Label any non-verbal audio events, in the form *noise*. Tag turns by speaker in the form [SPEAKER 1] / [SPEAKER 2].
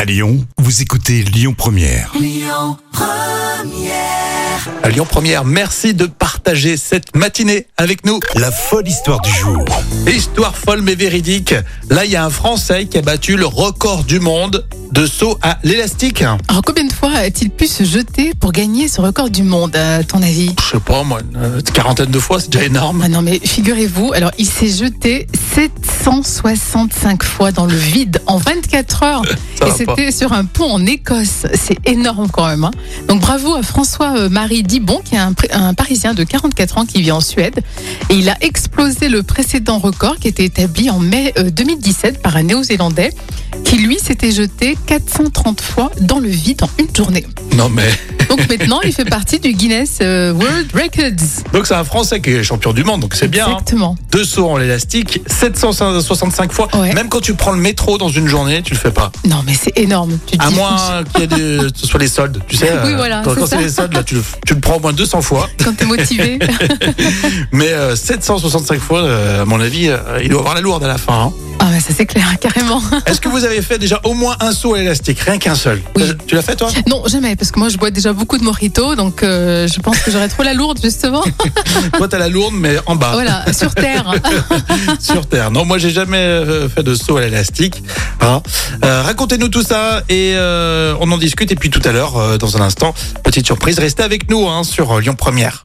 [SPEAKER 1] À Lyon, vous écoutez Lyon Première.
[SPEAKER 2] À Lyon Première, merci de partager cette matinée avec nous.
[SPEAKER 1] La folle histoire du jour.
[SPEAKER 2] Histoire folle mais véridique. Là, il y a un Français qui a battu le record du monde de saut à l'élastique.
[SPEAKER 3] Alors combien de fois a-t-il pu se jeter pour gagner ce record du monde, à ton avis
[SPEAKER 2] Je sais pas, moi, une quarantaine de fois, c'est déjà énorme.
[SPEAKER 3] ah non mais figurez-vous, alors il s'est jeté 765 fois dans le vide en 24 heures
[SPEAKER 2] Ça va
[SPEAKER 3] et
[SPEAKER 2] pas.
[SPEAKER 3] c'était sur un pont en Écosse. C'est énorme quand même. hein. Donc bravo à François-Marie Dibon qui est un, Pri- un Parisien de 44 ans qui vit en Suède et il a explosé le précédent record qui était établi en mai euh, 2017 par un Néo-Zélandais qui lui s'était jeté 430 fois dans le vide en une journée.
[SPEAKER 2] Non mais.
[SPEAKER 3] Donc maintenant, il fait partie du Guinness euh, World Records.
[SPEAKER 2] Donc c'est un Français qui est champion du monde, donc c'est bien. hein.
[SPEAKER 3] Exactement.
[SPEAKER 2] Deux sauts en élastique, 765 fois.
[SPEAKER 3] Ouais.
[SPEAKER 2] Même quand tu prends le métro dans une journée, tu le fais pas.
[SPEAKER 3] Non, mais c'est énorme. Tu te
[SPEAKER 2] À
[SPEAKER 3] dis,
[SPEAKER 2] moins qu'il y ait des- que ce soit les soldes. Tu sais,
[SPEAKER 3] *laughs* Oui,
[SPEAKER 2] euh,
[SPEAKER 3] voilà,
[SPEAKER 2] quand,
[SPEAKER 3] c'est
[SPEAKER 2] quand
[SPEAKER 3] ça.
[SPEAKER 2] c'est les soldes, là, tu, le- tu le prends au moins 200 fois.
[SPEAKER 3] quand
[SPEAKER 2] *laughs*
[SPEAKER 3] t'es motivé.
[SPEAKER 2] Mais euh, 765 fois, euh, à mon avis, euh, il doit avoir la lourde à la fin.
[SPEAKER 3] *laughs*
[SPEAKER 2] hein.
[SPEAKER 3] ah, bah, ça c'est clair, carrément.
[SPEAKER 2] Est-ce que vous avez fait déjà au moins un saut à l'élastique Rien qu'un seul.
[SPEAKER 3] Oui.
[SPEAKER 2] Euh, Tu l'as
[SPEAKER 3] *laughs*
[SPEAKER 2] fait toi
[SPEAKER 3] Non, jamais, parce que moi je bois déjà beaucoup de mojito, donc euh, je pense que j'aurais trop la lourde,
[SPEAKER 2] *laughs*
[SPEAKER 3] justement.
[SPEAKER 2] Toi, t'as la lourde, mais en bas,
[SPEAKER 3] Voilà, sur Terre.
[SPEAKER 2] sur terre. Non, moi, j'ai jamais euh, fait de saut à l'élastique. hein. Euh, Racontez-nous tout ça et euh, on en discute. Et puis tout à l'heure, euh, dans un instant, petite surprise, restez avec nous hein, sur euh, Lyon Première.